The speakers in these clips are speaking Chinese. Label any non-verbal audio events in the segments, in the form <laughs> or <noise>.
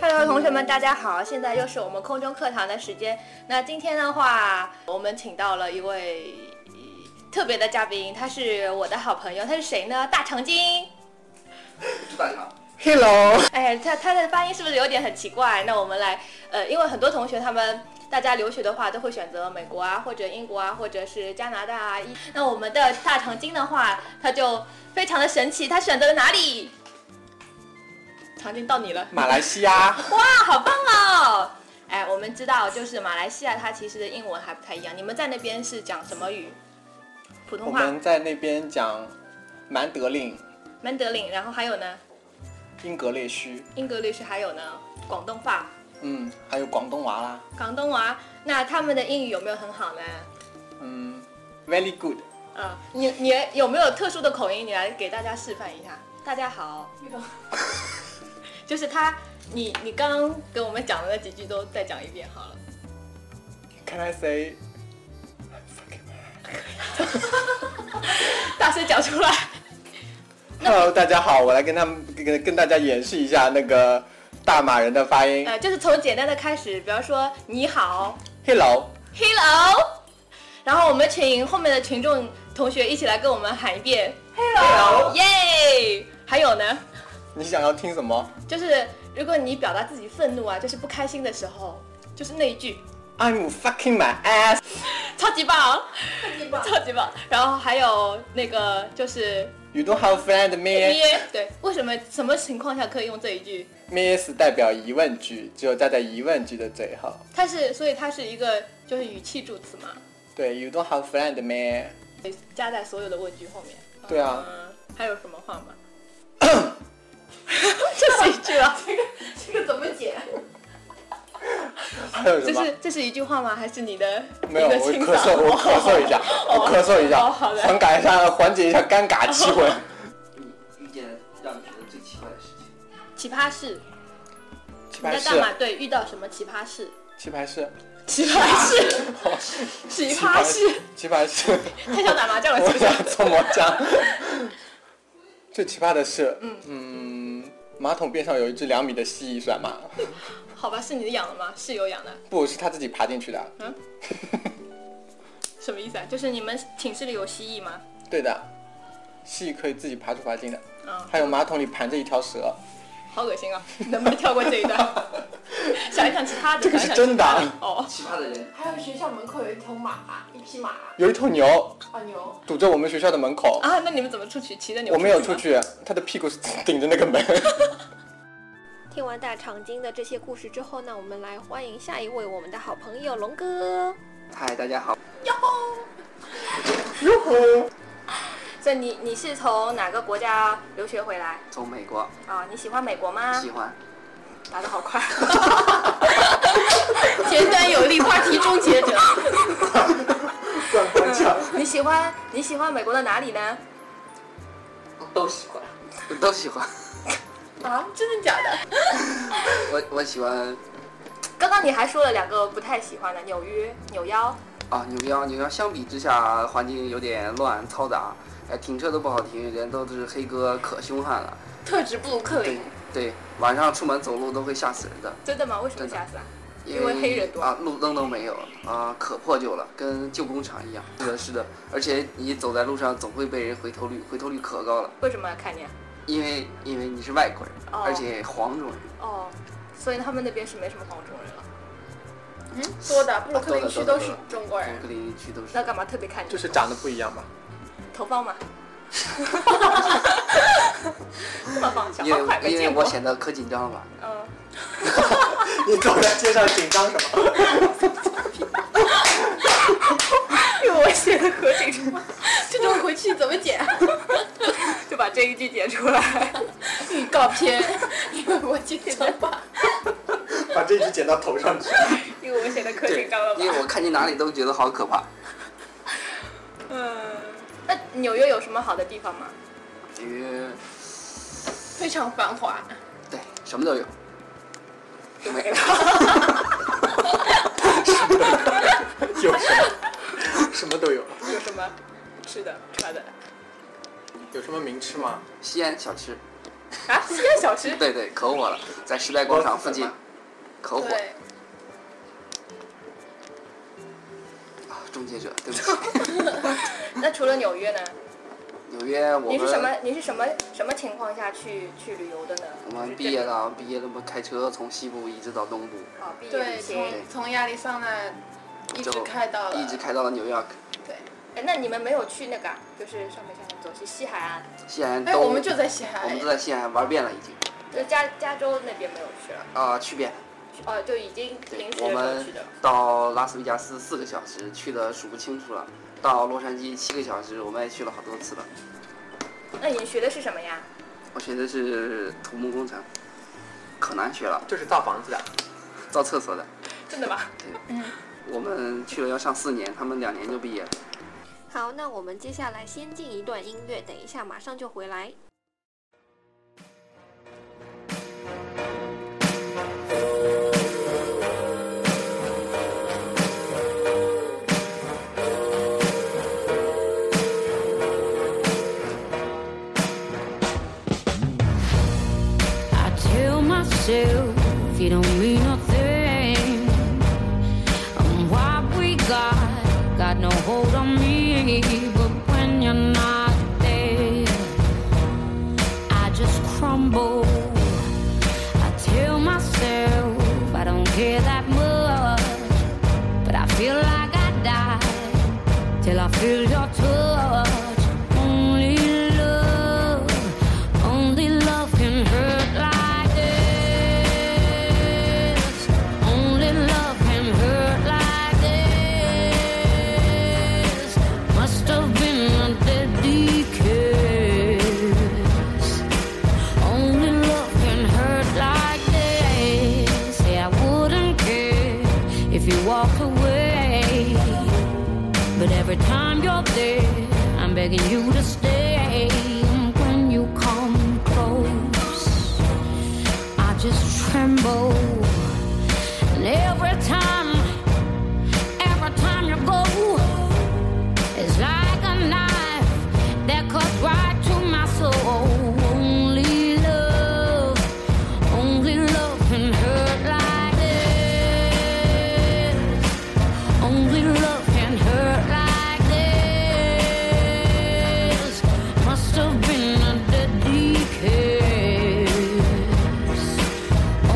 Hello，同学们，大家好！现在又是我们空中课堂的时间。那今天的话，我们请到了一位呃特别的嘉宾，他是我的好朋友，他是谁呢？大长今。知道他 Hello，哎，他他的发音是不是有点很奇怪？那我们来，呃，因为很多同学他们大家留学的话都会选择美国啊，或者英国啊，或者是加拿大啊。一那我们的大长今的话，他就非常的神奇，他选择了哪里？长今到你了。马来西亚，啊，好棒哦！哎，我们知道，就是马来西亚，它其实的英文还不太一样。你们在那边是讲什么语？普我通话、们在那边讲曼德令、曼德林，然后还有呢，英格列须，英格律师，还有呢，广东话、嗯，还有广东话啦，广东话。那他们的英语有没有很好呢？嗯，very good，嗯，你你有没有特殊的口音？你来给大家示范一下。大家好， <laughs> 就是他，你你刚刚给我们讲的那几句都再讲一遍好了。 Can I say？大声讲出来。 Hello，大家好，我来跟他们跟跟大家演示一下那个大马人的发音。呃，就是从简单的开始，比方说你好， Hello， Hello，然后我们请后面的群众同学一起来跟我们喊一遍 Hello 耶！还有呢，你想要听什么就是如果你表达自己愤怒啊，就是不开心的时候，就是那一句， ？I'm fucking my ass。超级棒，地方超级棒。然后还有那个就是 You don't have friend me。耶，对，为什么什么情况下可以用这一句？ me 是代表疑问句，只有加在疑问句的最后。它是，所以它是一个就是语气助词嘛，对，You don't have friend me。加在所有的问句后面。对啊嗯，还有什么话 <laughs> 吗？这是一句啊。这个怎么解？还有什这么？是这是一句话吗？还是你的没有，你的我清咳扫嗽，我咳嗽一下，我咳嗽一下，哦好的哦缓解一下，缓解一下尴尬气氛。你遇见让你觉得最奇怪的事奇情？葩事，棋哦你牌在大马室，队遇到什么奇葩事？棋牌室，奇葩事， <laughs> 奇葩事，，棋 <laughs> 牌室，太想打麻将了，我是不是 <laughs> 想？怎么 <laughs> 讲？最奇葩的是，嗯马桶边上有一只两米的蜥蜴，算吗？好吧，是你养的吗？室友养的，不是它自己爬进去的，什么意思啊？就是你们寝室里有蜥蜴吗？对的，蜥蜴可以自己爬出爬进的。嗯，还有马桶里盘着一 <laughs> 条蛇，好恶心啊！能不能跳过这一段？ <laughs> 想一想其他的，这个是想一想真的啊其他哦。奇葩的人，还有学校门口有一头马，一匹马有一头牛啊牛，堵着我们学校的门口，啊，那你们怎么出去？骑着牛？我没有出。去，它的屁股是顶着那个门。听完大长今的这些故事之后呢，我们来欢迎下一位我们的好朋友龙哥。嗨，大家好，所以你你是从哪个国家留学回来从美国，啊？你喜欢美国吗？喜欢。答的好 <laughs> 快，简短有力，话题终结 <laughs> 者。你喜欢你喜欢美国的哪里呢？都喜欢，都喜欢。啊，真的假的？ <laughs> 我我喜欢刚刚你还说了两个不太喜欢的，纽约、纽腰。啊，纽约，纽约相比之下环境有点乱嘈杂，哎，停车都不好停，人都是黑哥，可凶悍了。特指布鲁克对林。对，晚上出门走路都会吓死人的，真的吗？为什么真的吓死啊？因因为黑人多啊，路灯都没有啊，可破旧了，跟旧工厂 <laughs> 一样。是的，是的，而且你走在路上总会被人回头率，回头率可高了。为什么要看你啊？因为因为你是外国人，哦而且黄种人，哦，所以他们那边是没什么黄种人了。嗯，多的，布鲁克林区都是啊多的中国伯人。克林区都是那。干嘛特别看你？就是长得不一样嘛。头发 <laughs> 嘛。这么放小因方块为没因见为过我。显得可紧张 <laughs> 了，嗯，你走在街上紧张什么？因哎为我写的合紧张。这种回去怎么 <laughs> 剪？就把这一句剪出来。预告片，因为我今天的话，把这一句剪到头上去。因为我写的可对紧张了，吧因？为我看见哪里都觉得好可怕。嗯，那纽约有什么好的地方吗？因为非常繁华。对什么都有，没 <laughs> 了，有什么？什么都有。有什么吃的、穿的？有什么名吃吗？西安小吃，啊，西安小吃。对对，可火了，在时代广场附近，可火对，啊！终结者，对不 <laughs> 起，那除了纽约呢？纽约我你是什么们？你是什么什么情况下去去旅游的呢？我们毕业了，毕业了，我们开车从西部一直到东部，啊，毕业旅对，行。从从亚利桑那一直就开到了，一直开到了纽约，对。哎，那你们没有去那个啊，就是上面下面走去西海啊岸，西安哎，都，我们就在西海我岸们都，在西安玩遍了已经，就加加州那边没有去了，啊，去遍了。去哦，就已经对临时我的时候们去的。到拉斯维加斯四个小时，去的数不清楚了。到洛杉矶七个小时，我们也去了好多次了。那你学的是什么呀？我学的是土木工程，可难学了，就是造房子的。造厕所的。真的吗？嗯我们去了要上四年，他们两年就毕业了。好，那我们接下来先进一段音乐，等一下马上就回来。 I tell myself you don't mean nothing. And what we got got no hold on me. But when you're not there, I just crumble. I tell myself I don't care that much, but I feel like I died till I feel your touch. Only love, only love can hurt like this. Only love can hurt like this. Must have been a deadly kiss. Only love can hurt like this. Say I wouldn't care if you walked away. But every time you're there, I'm begging you to stay. And when you come close, I just tremble. And every time, every time you go, it's like a knife that cuts right to my soul. Only love, only love can hurt like this. Only love can hurt like this. Must have been a deadly kiss.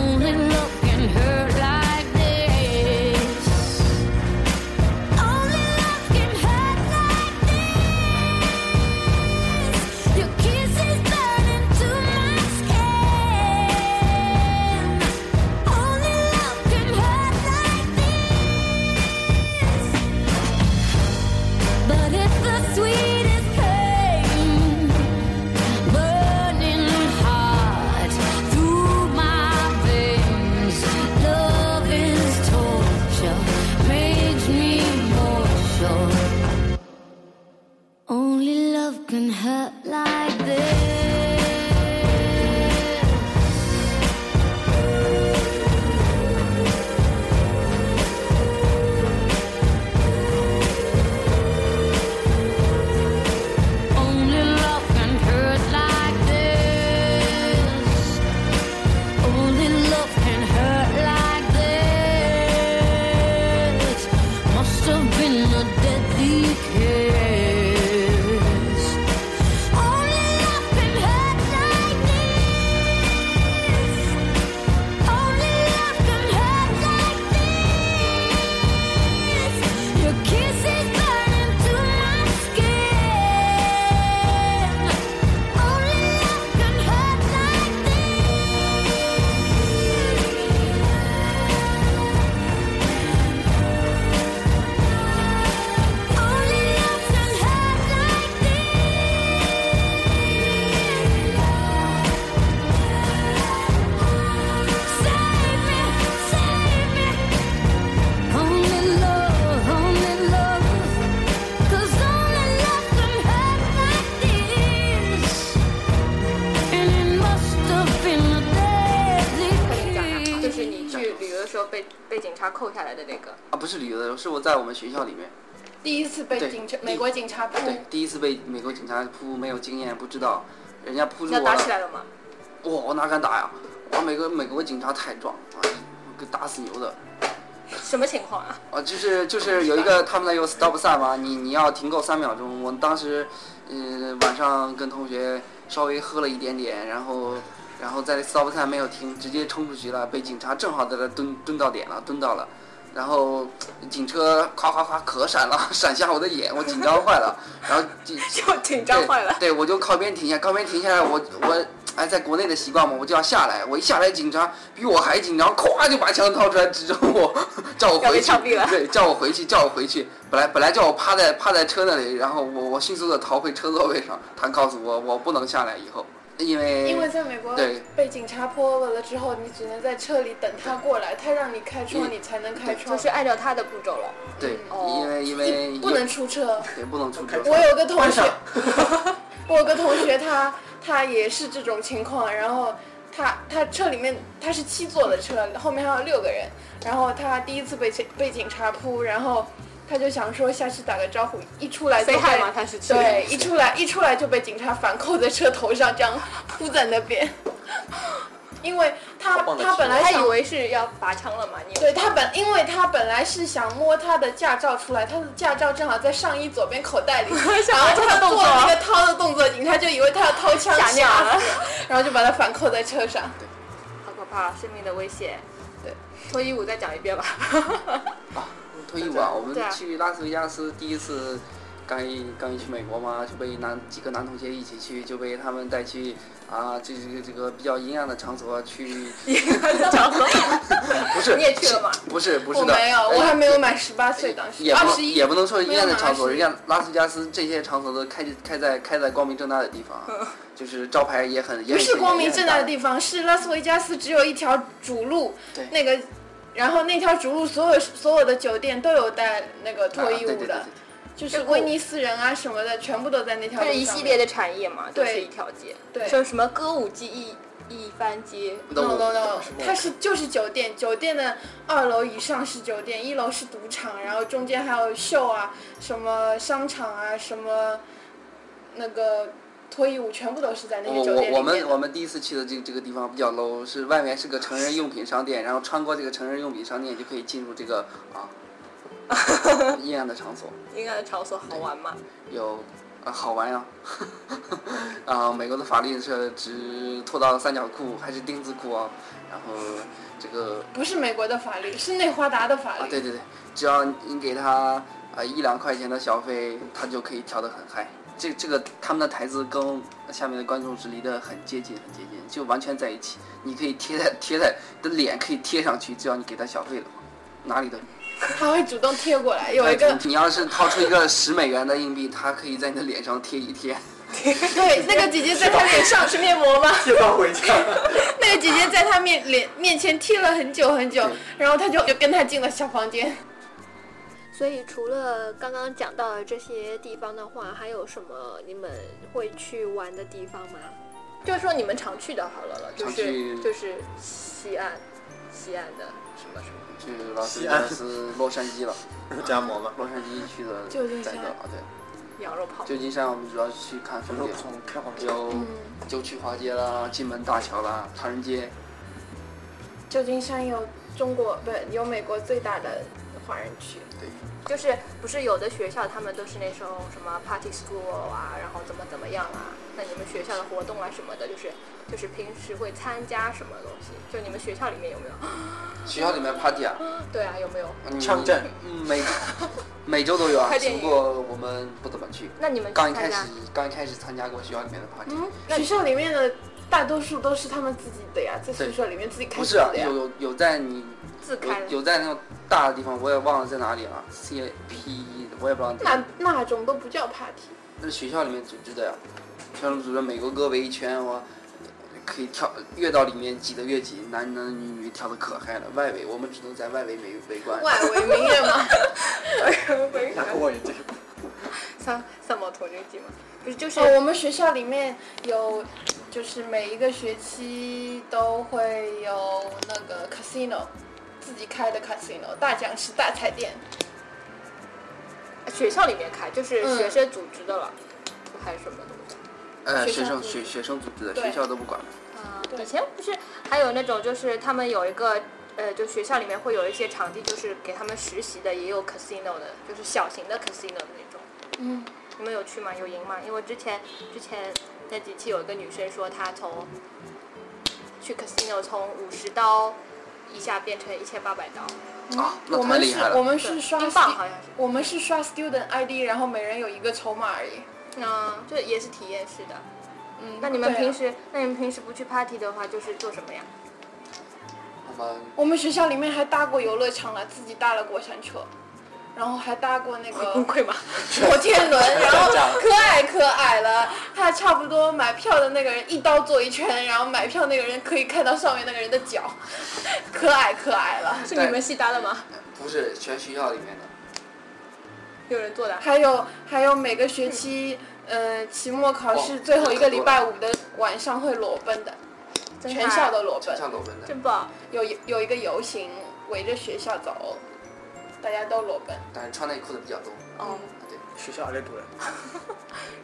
Only love can hurt like this. Only love can hurt like this. Your kiss is burning to my skin. Only love can hurt like this. But it's the sweetest pain, burning heart through my veins. Love is torture, makes me mortal. Only love can hurt like this. Only love can hurt like this. Only love can hurt like this. Must have been a deadly kiss. Only love can hurt like this. Only love can hurt like this. Your kiss is burning to my skin. Only love can hurt like this. Only love can hurt like this. Save me, save me. Only love, only love, 'cause only love can hurt like this, and it must have been a deadly 快点讲啊，就 kiss. 是你去旅游的时候被被警察扣下来的那个。啊，不是旅游的，是我在我们学校里面，第一次被对警察美国警察扑，对，第一次被美国警察扑，没有经验，不知道，人家扑住那我打起了，来了吗？我我哪敢打呀？哇，美国美国警察太壮，啊，给打死牛的。什么情况啊？ <laughs> 啊，就是就是有一个他们那有 stop sign 嘛，你你要停够三秒钟。我当时，呃，晚上跟同学稍微喝了一点点，然后然后在 stop sign 没有停，直接冲出去了，被警察正好在那蹲蹲到点了，蹲到了。然后警车咵咵咵可闪了， <laughs> 闪瞎我的眼，我紧张坏了。然后紧就紧张坏了。对，对我就靠边停下，靠边停下来，我我哎，在国内的习惯嘛，我就要下来。我一下来，警察比我还紧张，咵就把枪掏出来指着我， <laughs> 叫我要回被去枪毙了，对，叫我回去，叫我回去。本来本来叫我趴在趴在车那里，然后我我迅速的逃回车座位上。他告诉我，我不能下来，以后因为因为在美国对被警察 pull over 了之后，你只能在车里等他过来，他让你开窗，嗯你才能开窗，就是按照他的步骤了。对，哦因为因为你不能出车。对不能出车。我有个同关学 <laughs> 上，我有个同学他他也是这种情况，然后他他车里面他是七座的车，后面还有六个人，然后他第一次被警被警察扑，然后他就想说下去打个招呼，一出来就 Say hi 被吗他是去对，一出来一出来就被警察反扣在车头上，这样扑在那边， <laughs> 因为他忘了他提本来他想以为是要拔枪了嘛？你对他本，因为他本来是想摸他的驾照出来，他的驾照正好在上衣左边口袋里，然后这个他动做作了一个掏的动作，警察就以为他要掏枪，吓尿吓了死了，然后就把他反扣在车上。好可怕，生命的危险。对，脱衣舞再讲一遍吧。脱衣舞啊，我们对啊去拉斯维加斯第一次刚一刚一去美国嘛，就被男几个男同学一起去，就被他们带去啊，这这个这个比较阴暗的场所啊 <laughs> 去，讲了 <laughs> 不是你也去了吗？不是不是 <laughs> 我的，没有，呃我还没有满十八岁，当时也不二能十一，也不能说是没阴有暗的满场所， 21人家拉斯维加斯这些场所都开开在开在光明正大的地方啊，就是招牌也很也不很是光明正大的方，地方，是拉斯维加斯只有一条主路对，那个，然后那条主路所有所有的酒店都有带那个啊脱衣对对舞对的，对就是威尼斯人啊什么的，全部都在那条它路是上一面。系列的产业嘛，都是对一条街。对说什么歌舞伎一一番街，那 no 我 no no，什么它是就是酒店，酒店的二楼以上是酒店，一楼是赌场，然后中间还有秀啊，什么商场啊，什么那个脱衣舞，全部都是在那我个酒店我我里面们的。我们第一次去的这这个地方比较 low，是外面是个成人用品商店，然后穿过这个成人用品商店就可以进入这个啊 <laughs> 阴暗的场所，应该的场所好玩嘛？有啊 <laughs> 好玩呀、啊，美国的法律是只脱到三角裤还是丁字裤啊，然后这个不是美国的法律，是内华达的法律。啊对对对，只要你给他啊一两块钱的小费，他就可以跳得很嗨。这这个他们的台词跟下面的观众是离得很接近，很接近，就完全在一起。你可以贴在贴在你的脸可以贴上去，只要你给他小费的话，哪里的？他会主动贴过来，有一个你你要是掏出一个十美元的硬币，他可以在你的脸上贴一贴。 <laughs> 对那个姐姐在他脸上是面膜吗？ <laughs> 借刀回家。那个姐姐在他面脸面前贴了很久很久，然后他就就跟他进了小房间。所以除了刚刚讲到的这些地方的话，还有什么你们会去玩的地方吗？就是说你们常去的好了了，就常是去就是西岸，西岸的什么什么。去拉斯西维安加斯、洛杉矶了，加盟吗？洛杉矶去的旧金在山这啊，对，羊肉泡馍旧金山我们主要是去哦看风景。开黄有旧区华街啦、金门大桥啦、唐人街，旧金山有中国不是有美国最大的华人区。对，就是不是有的学校他们都是那种什么 party school 啊，然后怎么怎么样啊？那你们学校的活动啊什么的，就是就是平时会参加什么东西？就你们学校里面有 <gasps> 没有？学校里面 party 啊，对啊，有没有？嗯枪战，嗯每每周都有啊，快只点不过我们不怎么去。那你们去刚一参开始加？，刚一开始参加过学校里面的 party，学校里面的大多数都是他们自己的呀，在宿舍里面自己开不始是啊，的呀。有有有在你自开的有有在那种大的地方，我也忘了在哪里啊，CP 我也不知道哪那那种都不叫 party，那是学校里面组织的呀，学校里面组织美国哥围一圈，我可以跳，越到里面挤得越紧，男男女女跳的可嗨了。外围我们只能在外围围围观。外围 <laughs> 名媛嘛。拿个望远镜。三三毛头牛记吗？不是，就是、哦，我们学校里面有，就是每一个学期都会有那个 casino，自己开的 casino，大奖池大彩电。学校里面开，就是嗯学生组织的了，还是什么的。呃，学学生生学学生组织的，对学校都不管了。啊对以前不是还有那种，就是他们有一个，呃，就学校里面会有一些场地，就是给他们实习的，也有 casino 的，就是小型的 casino 的那种。嗯，你们有去吗？有赢吗？因为之前之前那几期有一个女生说她从去 casino 从五十刀一下变成一千八百刀，啊，那嗯我太们厉是害，我了。对们是刷英 stu- 镑好像是，我们是刷 student ID，然后每人有一个筹码而已。嗯，就也是体验式的。嗯，那你们对啊平时、那你们平时不去 party 的话，就是做什么呀？我们我们学校里面还搭过游乐场了，自己搭了过山车，然后还搭过那个溃 <laughs> 吗？摩天轮，然 <laughs> 后这样可矮可矮了。他差不多买票的那个人一刀坐一圈，然后买票那个人可以看到上面那个人的脚， <laughs> 可矮可矮了。是你们系搭的吗？ <laughs> 不是全学校里面的，有人做的？还有还有每个学期，呃，期末考试最后一个礼拜五的晚上会裸奔的，真全的啊校都裸奔，像裸奔的，真棒！有有一个游行围着学校走，大家都裸奔，但是穿内裤的比较多。啊哦，对，学校里堵人。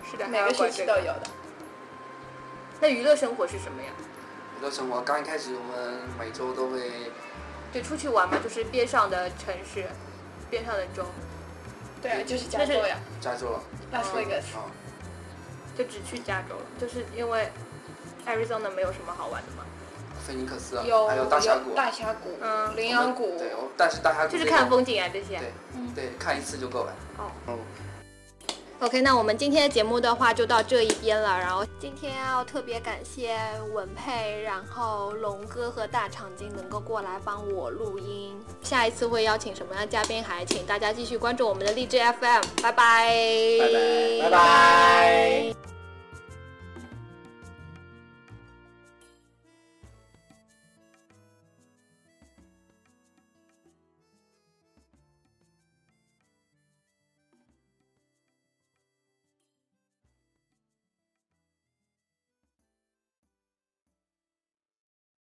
是的，每个学期都有。的。那娱乐生活是什么呀？娱乐生活刚一开始，我们每周都会就出去玩嘛，就是边上的城市，边上的州，对啊，就是加那是州呀，加州了。拉斯维加斯。啊，就只去加州了，就是因为 Arizona 没有什么好玩的嘛，菲尼克斯啊，有还有大峡谷有，大峡谷，嗯羚羊谷，对，我但是大峡谷就是这看个风景啊这些。对对，嗯看一次就够了。哦嗯 OK，那我们今天的节目的话就到这一边了，然后今天要特别感谢文佩，然后龙哥和大长今能够过来帮我录音。下一次会邀请什么样的嘉宾，还请大家继续关注我们的荔枝 FM，拜拜，拜拜拜拜